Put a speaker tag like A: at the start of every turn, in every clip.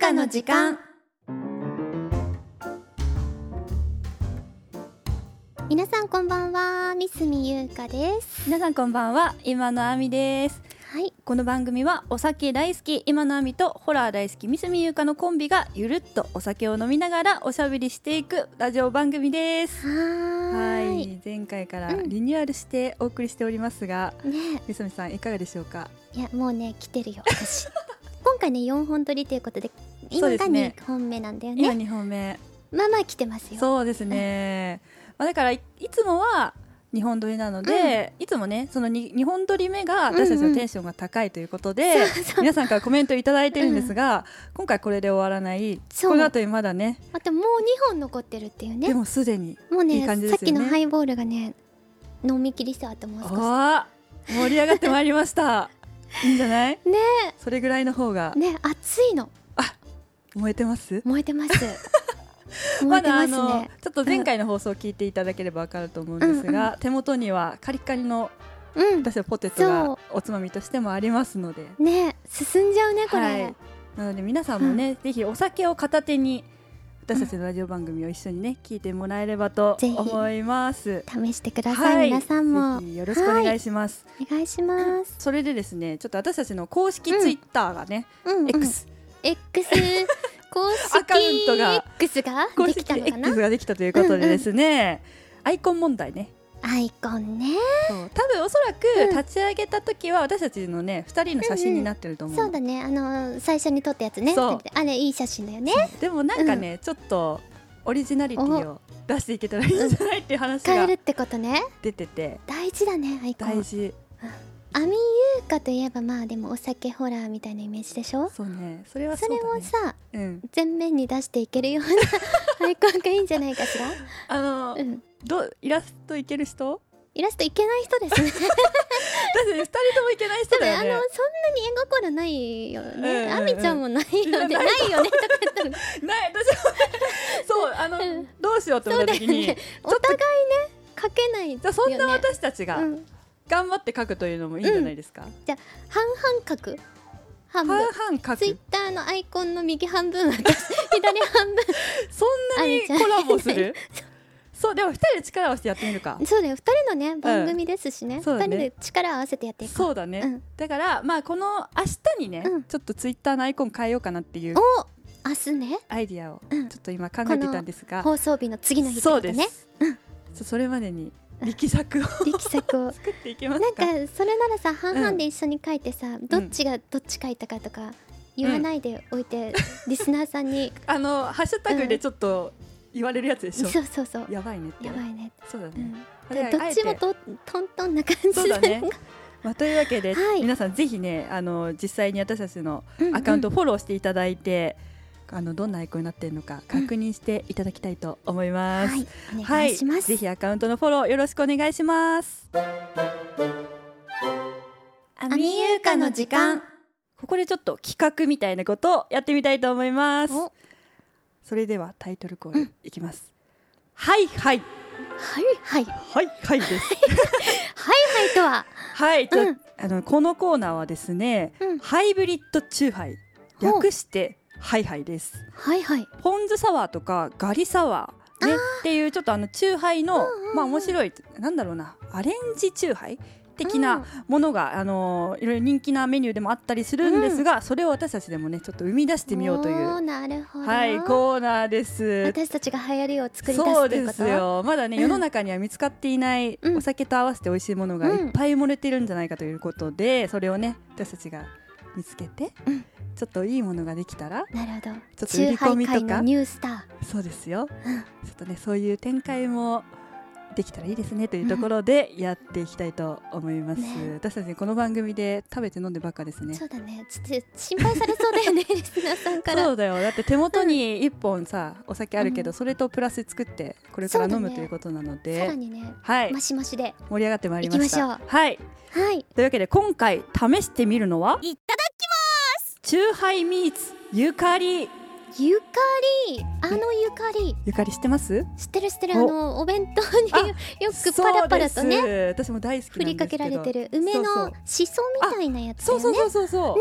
A: たの時間
B: 皆さんこんばんは三住優香です
A: 皆さんこんばんは今のあみです
B: はい
A: この番組はお酒大好き今のあみとホラー大好き三住優香のコンビがゆるっとお酒を飲みながらおしゃべりしていくラジオ番組です
B: は
A: は
B: ーい
A: い前回から
B: うん
A: リニューアルしてお送りしておりますが、
B: ね
A: みそみさんいかがでしょうか
B: いやもうね来てるよ 私今回ね四本撮りということで
A: そう
B: 今
A: です
B: が
A: ね
B: 二本目なんだよ
A: 今
B: ね
A: 2本目
B: まあまあ来てますよ
A: そうですね、まあ、だからいいつもは日本撮りなので、いつもねそのに日本撮り目が私たちのテンションが高いということで、
B: そう そう
A: 皆さんからコメントいただいてるんですが、今回これで終わらない
B: そう
A: この後にまだね
B: あともう二本残ってるっていうね
A: で
B: も
A: もすでに
B: うね
A: いい感じですよね
B: さっきのハイボールがね飲み切りした後もう少
A: あー盛り上がってまいりました いいんじゃない
B: ね
A: それぐらいの方が
B: しね熱いの
A: 燃えてます
B: 燃えてます 燃
A: ま
B: えて
A: だ
B: ま
A: あ
B: す
A: の
B: ね、
A: ちょっと前回の放送を聞いていただければわかると思うんですが、
B: うん
A: 手元にはカリカリの
B: うん
A: 私はポテトが
B: そ
A: おつまみとしてもありますので
B: ね進んじゃうねこれ、
A: はい、なので皆さんもね、ぜひお酒を片手に私たちのラジオ番組を一緒にね聞いてもらえればと
B: ぜひ
A: 思います。
B: 試してください、皆さんも
A: ぜひよろしくお願いします。
B: お願いします、
A: それでですね、ちょっと私たちの公式ツイッターがね、
B: うんうん
A: X
B: X 公式
A: アカウントが
B: X が
A: 公
B: で
A: 式
B: きたのか
A: X
B: な
A: ができたということでですね、アイコン問題ね。
B: アイコンね
A: そう多分おそら
B: う
A: く
B: ん
A: 立ち上げた時は私たちのね二人の写真になってると思うの。
B: そうだねあの最初に撮ったやつね
A: そう
B: あれいい写真だよね
A: でもなんかね、ちょっとオリジナリティを出していけたらいいんじゃないっていう話
B: 変え
A: が
B: るってことね
A: 出てて
B: 大事だねアイコ
A: 大
B: ン
A: 事。
B: アミユーカといえばまあでもお酒ホラーみたいなイメージでしょ
A: そうね、それはそ
B: そうれ
A: だ
B: を
A: ね。
B: さ
A: うん、
B: 全面に出していけるような アイコンがいいんじゃないかしら
A: あの、
B: うん
A: ど うイラストいける人？
B: イラストいけない人ですね
A: だって二人ともいけない
B: 多
A: 人だ
B: 分あのそんな
A: よ
B: に
A: ね。
B: 絵心ないよ
A: うんうんう
B: ね
A: ん
B: アミちゃんもないよ ね
A: な
B: ないいよねとか言ったら
A: ない、私もそうあの、
B: うん
A: どうしようと思った時に、
B: そうだよねお
A: ちょっと
B: 互いね書けないよ、
A: じゃ
B: ね、
A: あそんな私たち
B: う
A: が
B: ん、
A: 頑張って書くというのもいいんじゃないですか？
B: 半々書く半分
A: 半々書
B: ツイッ
A: く。
B: ターのアイコンの右半 分私左半
A: そんなにコラボする？そうでも二人で力を合わせてやってみるか
B: 分。そうだよ二人のね番組ですしね,、
A: うん
B: 二
A: そうだね
B: 人で力を合わせてやっていこう
A: そうだね、
B: うん
A: だからまあこの明日にね、
B: うん
A: ちょっとツイッターのアイコン変えようかなっていう
B: お明日ね
A: アイディアを
B: うん
A: ちょっと今考えてたんですが、
B: 放送日の次の日って
A: そ
B: こ
A: う
B: と
A: です、
B: ね
A: そうそれまでに力作を
B: 力 作を
A: 作っていけます
B: なん
A: か
B: かそれならさ半々で一緒に書いてさ、どっちがどっち書いたかとか言わないでおいて、リスナーさ んに
A: あのハッシュタグでちょっと言われるやつでしょ、
B: そうそうそう
A: やばいねって
B: やばいね、
A: そうだね
B: う、ん、
A: これ
B: でどっちも
A: あえて
B: とトントンな感
A: そう
B: じ
A: だ
B: だ
A: ね
B: ね。
A: まあ、というわけで、
B: はい
A: 皆さんぜひねあの実際に私たちの
B: うんうん
A: アカウントをフォローしていただいて、あのどんなアイコンになっているのか確認していただきたいと思います、
B: はい、お願いします。
A: ぜひアカウントのフォローよろしくお願いします。ア
B: ミユーカの時間。
A: ここでちょっと企画みたいなことをやってみたいと思います。
B: お
A: それではタイトルコールいきます。はいはい
B: はいはいはい
A: はいはいです。
B: はいとは、
A: はい、じゃあ
B: うん
A: あのこのコーナーはですね、
B: うん、
A: ハイブリッドチューハイ
B: ほう
A: 略してハイハイです。
B: はいはい
A: ポン酢サワーとかガリサワー、ね、っていうちょっとあのチューハイの、
B: うんうん
A: まあ面白いなんだろうなアレンジチューハイ的
B: うん
A: なものが、あのーいろいろ人気なメニューでもあったりするんですが、それを私たちでもねちょっと生み出してみようとい
B: おー
A: う、
B: なるほど。
A: はい、コーナーです。
B: 私たちが流行りを作り
A: そ
B: 出す
A: う
B: とい
A: で
B: うこと。
A: すよまだね
B: うん
A: 世の中には見つかっていない
B: うん
A: お酒と合わせて美味しいものがいっぱい漏れてるんじゃないかということでそれをね私たちが見つけて、
B: うん
A: ちょっといいものができたら
B: なるほど。
A: と
B: チューハ
A: 売り込み
B: イ界
A: とか
B: のニュースタ
A: そうですよ、
B: うん
A: ちょっとねそういう展開もできたらいいですねというところでやっていきたいと思います、
B: ね
A: 私たちこの番組で食べて飲んでばっかです
B: ー。
A: ね
B: そうだね。ちょっと心配されそう だよね、リスナーさんから。
A: そうだよだって手元に1本さ、お酒あるけど、
B: うん
A: それとプラス作ってこれから飲
B: そうだ
A: む
B: ね
A: ということなの
B: さ
A: で、
B: らにね、
A: はい
B: マシマシで。
A: 盛り上がってまいりました
B: 行きましょ
A: はい
B: はい。
A: というわけで今回試してみるのはい
B: ただき
A: ますチューハイミーツゆかり
B: ゆかり、あのゆかり、
A: ゆかり知ってます
B: 知ってる知ってる、
A: お
B: あのお弁当に
A: あ
B: よくパラパラと
A: そう
B: ね。
A: です私も大好き
B: 振
A: なんですけど
B: りかけられてる梅
A: そうそう
B: のしそみたいなやつ
A: そ
B: だよ
A: う
B: ね。
A: そうそうそうそう。ね。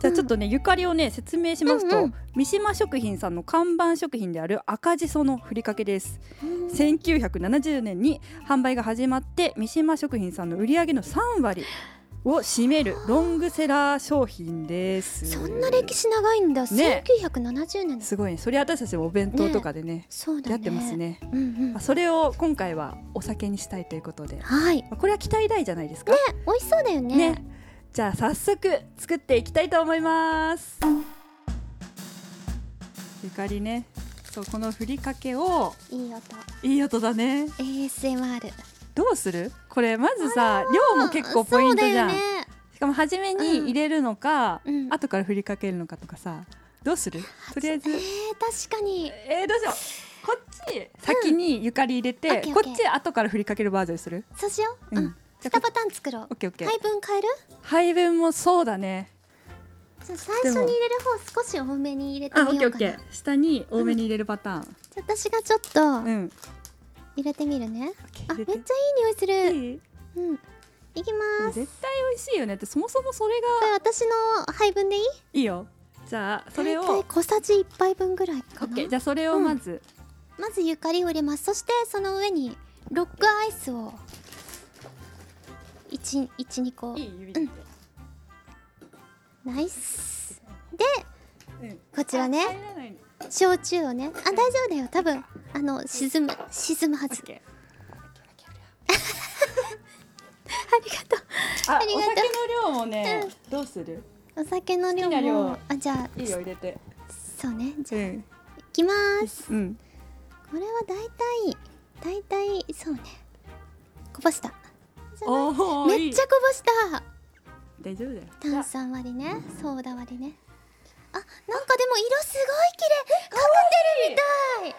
A: じゃあちょっとね、ゆかりをね説明しますと、
B: うんうん
A: 三島食品さんの看板食品である赤じそのふりかけです1970年に販売が始まって三島食品さんの売り上げの3割を占めるロングセラー商品です
B: そんな歴史長いんだ、
A: ね
B: 1970年だ
A: すごいねそれ私たちもお弁当とかでね
B: そうだね
A: やってますね
B: うんうん
A: あそれを今回はお酒にしたいということで
B: はい
A: まあこれは期待大じゃないですか
B: 美味しそうだよね
A: ねじゃあ早速作っていきたいと思いますゆかりねそうこのふりかけを
B: いい音
A: いい音だね
B: ASMR
A: どうするこれまずさ量も結構ポイントじゃん、
B: そうだよね
A: しかも初めに入れるのか、
B: うんうん
A: 後からふりかけるのかとかさどうするとりあえず
B: えー、確かに
A: えー、どうしようこっち先にゆかり入れて、
B: うん
A: こ
B: OK
A: っち後からふりかけるバージョンにする
B: そうしよう、
A: う
B: うんん
A: じゃ
B: 2
A: あ
B: パターン作ろう
A: オッケーオッケー
B: 配分変える
A: 配分もそうだね
B: そう最初に入れる方少し多めに入れて
A: あオ
B: み
A: ッケー
B: よ
A: オッ
B: うか
A: ケ
B: な
A: ー下に多めに入れるパターン
B: じゃあ私がちょっと
A: うん
B: 入れてみる
A: オ
B: ね、
A: ッケー
B: あ
A: 入
B: め
A: れ
B: っちゃ
A: て
B: いい匂いする、
A: いい
B: うんいきまーす
A: 絶対美味しいよねってそもそもそれ
B: こ
A: が
B: れ私の配分でいい
A: いいよじゃあそれを
B: 大体小さじ1杯分ぐらい
A: オ
B: か
A: ッ
B: な
A: ケーじゃあそれをまず、
B: まずゆかりを入れますそしてその上にロックアイスを12個
A: いい指で、うん
B: ナイスでこちら
A: あ
B: ね
A: 入らないの
B: 焼酎をねあ大丈夫だよ多分あの沈む沈むは
A: オ
B: ず
A: ッケ
B: ありがと
A: ーあ
B: あり
A: お
B: がとう
A: 酒の量もね、どうする
B: うお酒の量
A: 好きな量
B: もあじゃあ
A: いいよ入れて
B: そうねじ
A: う
B: ゃあ
A: ん
B: いきまーす
A: うん
B: これは大体大体そうねこぼしたじゃない
A: おお
B: めっちゃこぼした
A: 大丈夫だよ
B: 炭酸割りねソーダ割りねあなんかでも色すごい綺麗カクテルみたい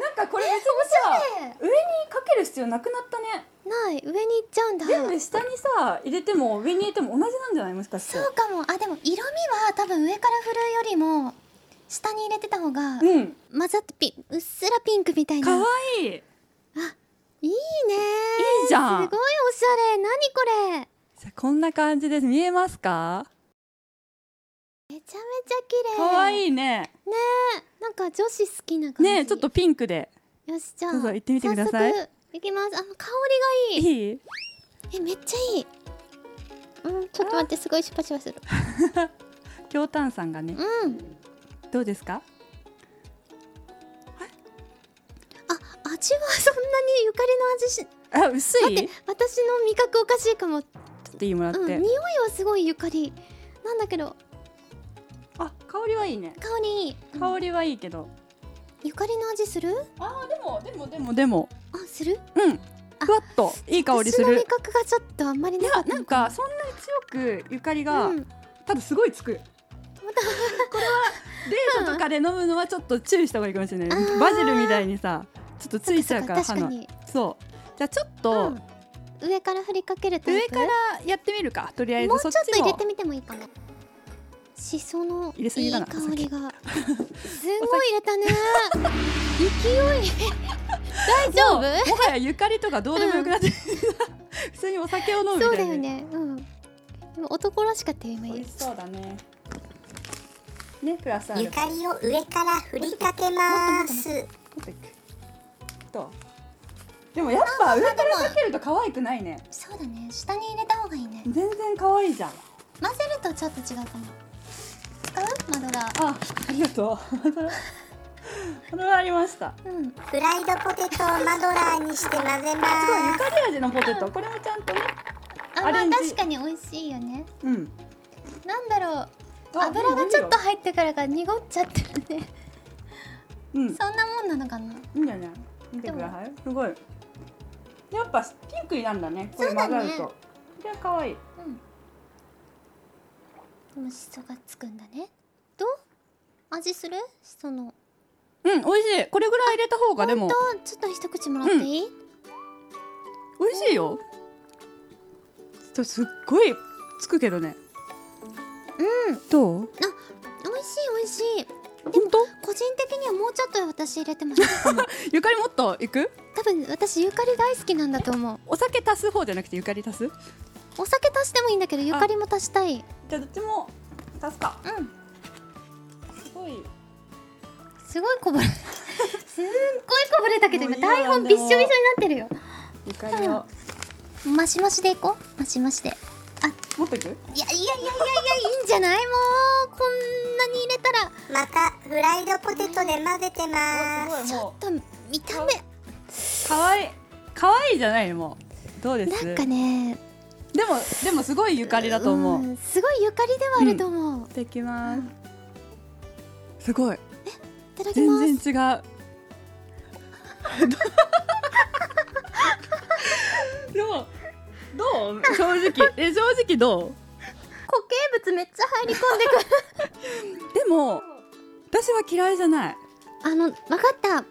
A: なんかこれ別にさ
B: え
A: 上にかける必要なくなったね
B: ない上に行っちゃうんだ
A: 全部下にさ入れても上に入れても同じなんじゃないもしかして
B: そうかもあでも色味は多分上から振るよりも下に入れてた方が
A: うん
B: 混ざってピンうっすらピンクみたい
A: 可
B: な
A: 愛いいい
B: いいね
A: いじゃん
B: すごいおしゃれ何これ
A: じゃあこんな感じです見えますか
B: めちゃめちゃ綺麗
A: 可愛いいね
B: なんか女子好きな感じ
A: ねえちょっとピンクで
B: よしじゃあ
A: どうぞ行ってみてください
B: 早速行きますあ香りがいい
A: いい
B: えめっちゃいいうんちょっと待ってすごいシュパシュパする
A: 強炭酸がね
B: うん
A: どうですか
B: あ味はそんなにゆかりの味し
A: あ薄いちょ
B: 私の味覚おかしいかも、
A: っといいもらって、
B: うん、匂いはすごいゆかりなんだけど
A: あ香りはいいね
B: 香りいい
A: 香りはいいけど、
B: ゆかりの味する
A: あーでもでもでもでも
B: あする
A: うん
B: あ
A: ふわっといい香りす
B: 私の
A: る
B: 味覚がちょっとあんまり
A: い
B: なか
A: や
B: った
A: なんかそんなに強くゆかりが、
B: うん、
A: ただすごいつくこれはデートとかで飲むのはちょっと注意した方がいいかもしれな
B: あ
A: い
B: ー
A: バジルみたいにさちょっとついちゃう
B: そっ
A: か
B: から確か
A: 花
B: に、
A: そうじゃあちょっと、
B: うん上から振りかけるタ
A: 上
B: イプ
A: からやってみるかとりあえず
B: もうち
A: そ
B: ょ
A: っ
B: っ
A: ち
B: と入れ
A: も
B: てみてもいいかもしその
A: 入れすぎ
B: いい
A: か
B: 香
A: な
B: りがすごい入れた ね勢い大丈
A: もう
B: 夫
A: もはやゆかりとかどうでもよくなって、普通にお酒を飲むみたい
B: そ
A: な
B: うだよねうんでも男らしかったよ今
A: 美
B: 言
A: 味しそうだねねプラスアル
C: ゆ
A: ファ
C: かりを上から振りかけます。
A: もっといくどうでもやっぱ上からかけると可愛くないね
B: そうだね下に入れた方がいいね
A: 全然可愛いじゃん
B: 混ぜるとちょっと違うかも使うマドラー
A: あありがとう これはありました
B: うんうん
C: フライドポテトをマドラーにし
A: す
C: て混ぜ
A: ごいゆ
C: ます。
A: かり味のポテトこれもちゃんとね
B: あ
A: ア
B: ま
A: レ
B: あ
A: ンジ
B: 確かに美味しいよね
A: うん
B: なんだろう
A: あ
B: 油がちょっと入ってからが濁っちゃってるね
A: うんい
B: そんなもんなのかない
A: んじゃない見てくださいすごいやっぱピンクになるんだねこれ
B: そうだ
A: 混
B: ね
A: ざると、これは可愛い
B: うんでもしそがつくんだねどう味するしその
A: うん美味しいこれぐらい入れた方がでも
B: とちょっと一口もらっていい、
A: 美味しいよちょすっごいつくけどねうんどう
B: 美味しい美味しい
A: 本当
B: 個人的にはもうちょっと私入れてもいいか も
A: ゆかりもっといく
B: 多分私ゆかり大好きなんだと思う
A: お酒足す方じゃなくてゆかり足す
B: お酒足してもいいんだけどゆかりも足したい
A: じゃあどっちも足すか
B: うん
A: すごい
B: すごいこ ぼれすんごいこぼれたけど
A: もう
B: 今
A: いいよ
B: 台本びっしょびしょになってるよ
A: ゆかりを
B: マシマシでいこうマシマシで
A: 持ってく
B: いやいやいやいやいやいいんじゃないもうこんなに入れたら
C: またフライドポテトで混ぜてま
A: お
C: す
A: すごいも
B: と見た目
A: うかわいいかわいいじゃないのもうどうです
B: なんかね
A: でもでもすごいゆかりだと思う、
B: んすごいゆかりではあると思う、い
A: できます、すごい
B: ただきます
A: 全然 違うでもどう正 直え正直どう
B: 固形物めっちゃ入り込んでくる
A: でも私は嫌いじゃない、
B: あのわかった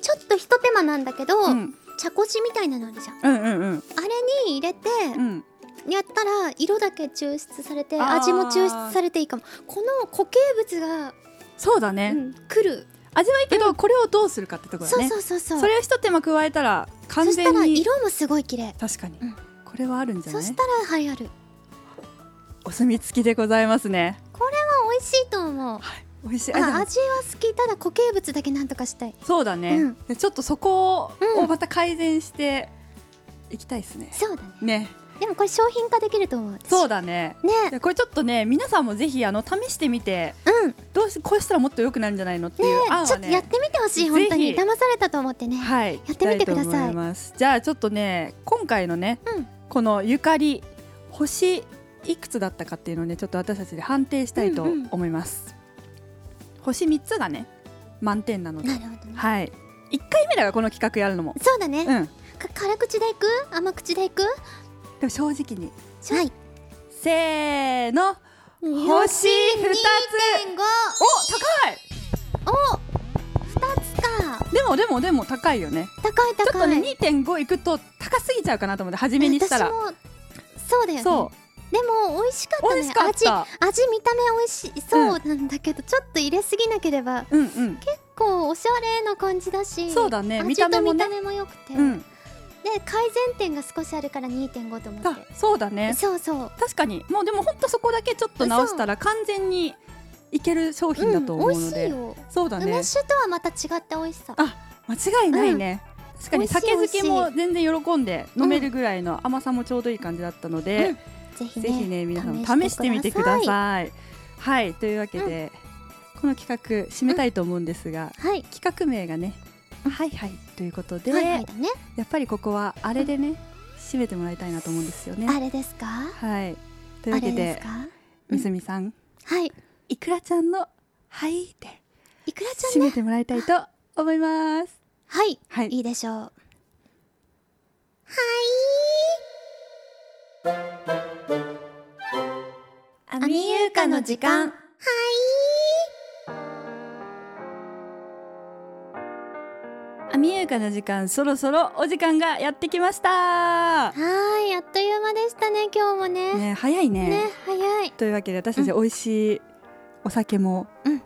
B: ちょっとひと手間なんだけど、
A: うん、
B: 茶こしみたいなのあるじゃんあ
A: うんうんうん
B: れに入れて、
A: うん
B: やったら色だけ抽出されて
A: あー
B: 味も抽出されていいかもこの固形物が、
A: そうだ
B: う
A: ね、
B: ん、来る、
A: 味はいいけど、これをどうするかってところだ
B: そう
A: ね
B: そうそうそう
A: それを一手間加えたら完
B: そした
A: 全
B: ら
A: に
B: 色もすごい綺麗
A: 確かに、
B: うん
A: これはあるんじゃ
B: そ
A: ない
B: したら流行る
A: お墨付きでございますね
B: あ美味しいと思う
A: 美味しいあでも
B: あ味は好きただ固形物だけなんとかしたい
A: そうだね、
B: うん
A: でちょっとそこ
B: う
A: を
B: ん
A: また改善していきたいですね、
B: そうだね
A: ね
B: でもこれ商品化できると思う私
A: そうだね
B: ね
A: でこれちょっとね皆さんもぜひあの試してみて
B: うん
A: どうしこうしたらもっと良くなるんじゃないのって
B: ね
A: いう案
B: ち
A: は
B: ょっと
A: ね
B: やってみてほしい本当に
A: ぜひ
B: 騙されたと思ってね
A: はい
B: やってみてくださ
A: 行
B: い
A: きたと思ますじゃあちょっとね今回のね、
B: うん
A: このゆかり星いくつだったかっていうのをねちょっと私たちで判定したいと思います、星3つがね満点なので
B: なるほどね
A: はい1回目だからこの企画やるのも
B: そうだね
A: うんで
B: か辛口でいく甘口でいく
A: も正直に
B: はい
A: せーの
B: 星
A: 星2つお高い
B: お二つか
A: でもでもでも高いよね
B: 高い
A: ちょっ
B: 高
A: と
B: い
A: ね2.5いくと高すぎちゃうかなと思って初めにしたら
B: 私もそうだよね
A: そ
B: でも美味しかった
A: う
B: ね
A: 美味しかった
B: 味味見た目美味しそうなんだけど、ちょっと入れすぎなければ
A: うんうん
B: 結構おしゃれな感じだし
A: そうだね
B: 味
A: 見た目もね
B: と見た目も良くて、
A: うん
B: で改善点が少しあるから2.5と思
A: だ
B: って
A: そうだね
B: そうそう
A: 確かにもうでもほんとそこだけちょっと直したら完全にいける商品だと思うので、
B: ん、美味しいよ、
A: そうだね
B: 梅酒とはまた違った美味しさ
A: あ間違いないね、確かに酒漬けも全然喜んで飲めるぐらいの甘さもちょうどいい感じだったので、
B: ぜひね
A: ぜひね皆さんも試してみてください。はいというわけで、この企画締めたいと思うんですが、
B: はい
A: 企画名がね「はいはい」ということで、
B: はいはいだね
A: やっぱりここはあれでね締めてもらいたいなと思うんですよね。
B: あれですか
A: はいという
B: あ
A: わ
B: れ
A: け
B: です
A: で
B: か
A: みすみさん
B: はい
A: いくらちゃんの「はい」で
B: いくらちゃ
A: 締
B: んね
A: めてもらいたいと思います。
B: はい
A: はい
B: いいでしょう
A: ア
B: ミユーカの時間
A: アミユーカの時間そろそろお時間がやってきました
B: はーいあっという間でしたね今日もねね
A: ね早いね
B: 早い
A: というわけで私たち美味しいお酒も
B: うん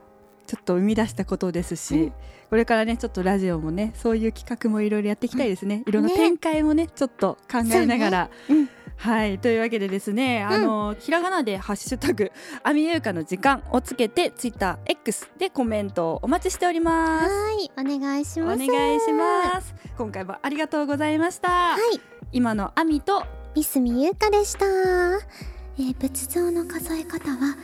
A: ちょっと生み出したことですし、
B: うん
A: これからねちょっとラジオもねそういう企画もいろいろやっていきたいですね、いろんな
B: ね
A: 展開もねちょっと考えながら、
B: そうね
A: はいというわけでですね、あのひらがなで「ハッシュタグアミユーカの時間」をつけてツイッター X でコメントをお待ちしております。
B: はーいお願いし
A: お
B: ます
A: 願いします今回もありがとうございました、
B: はい
A: 今のアミと
B: ミスミユウカでした、えー仏像の数え方は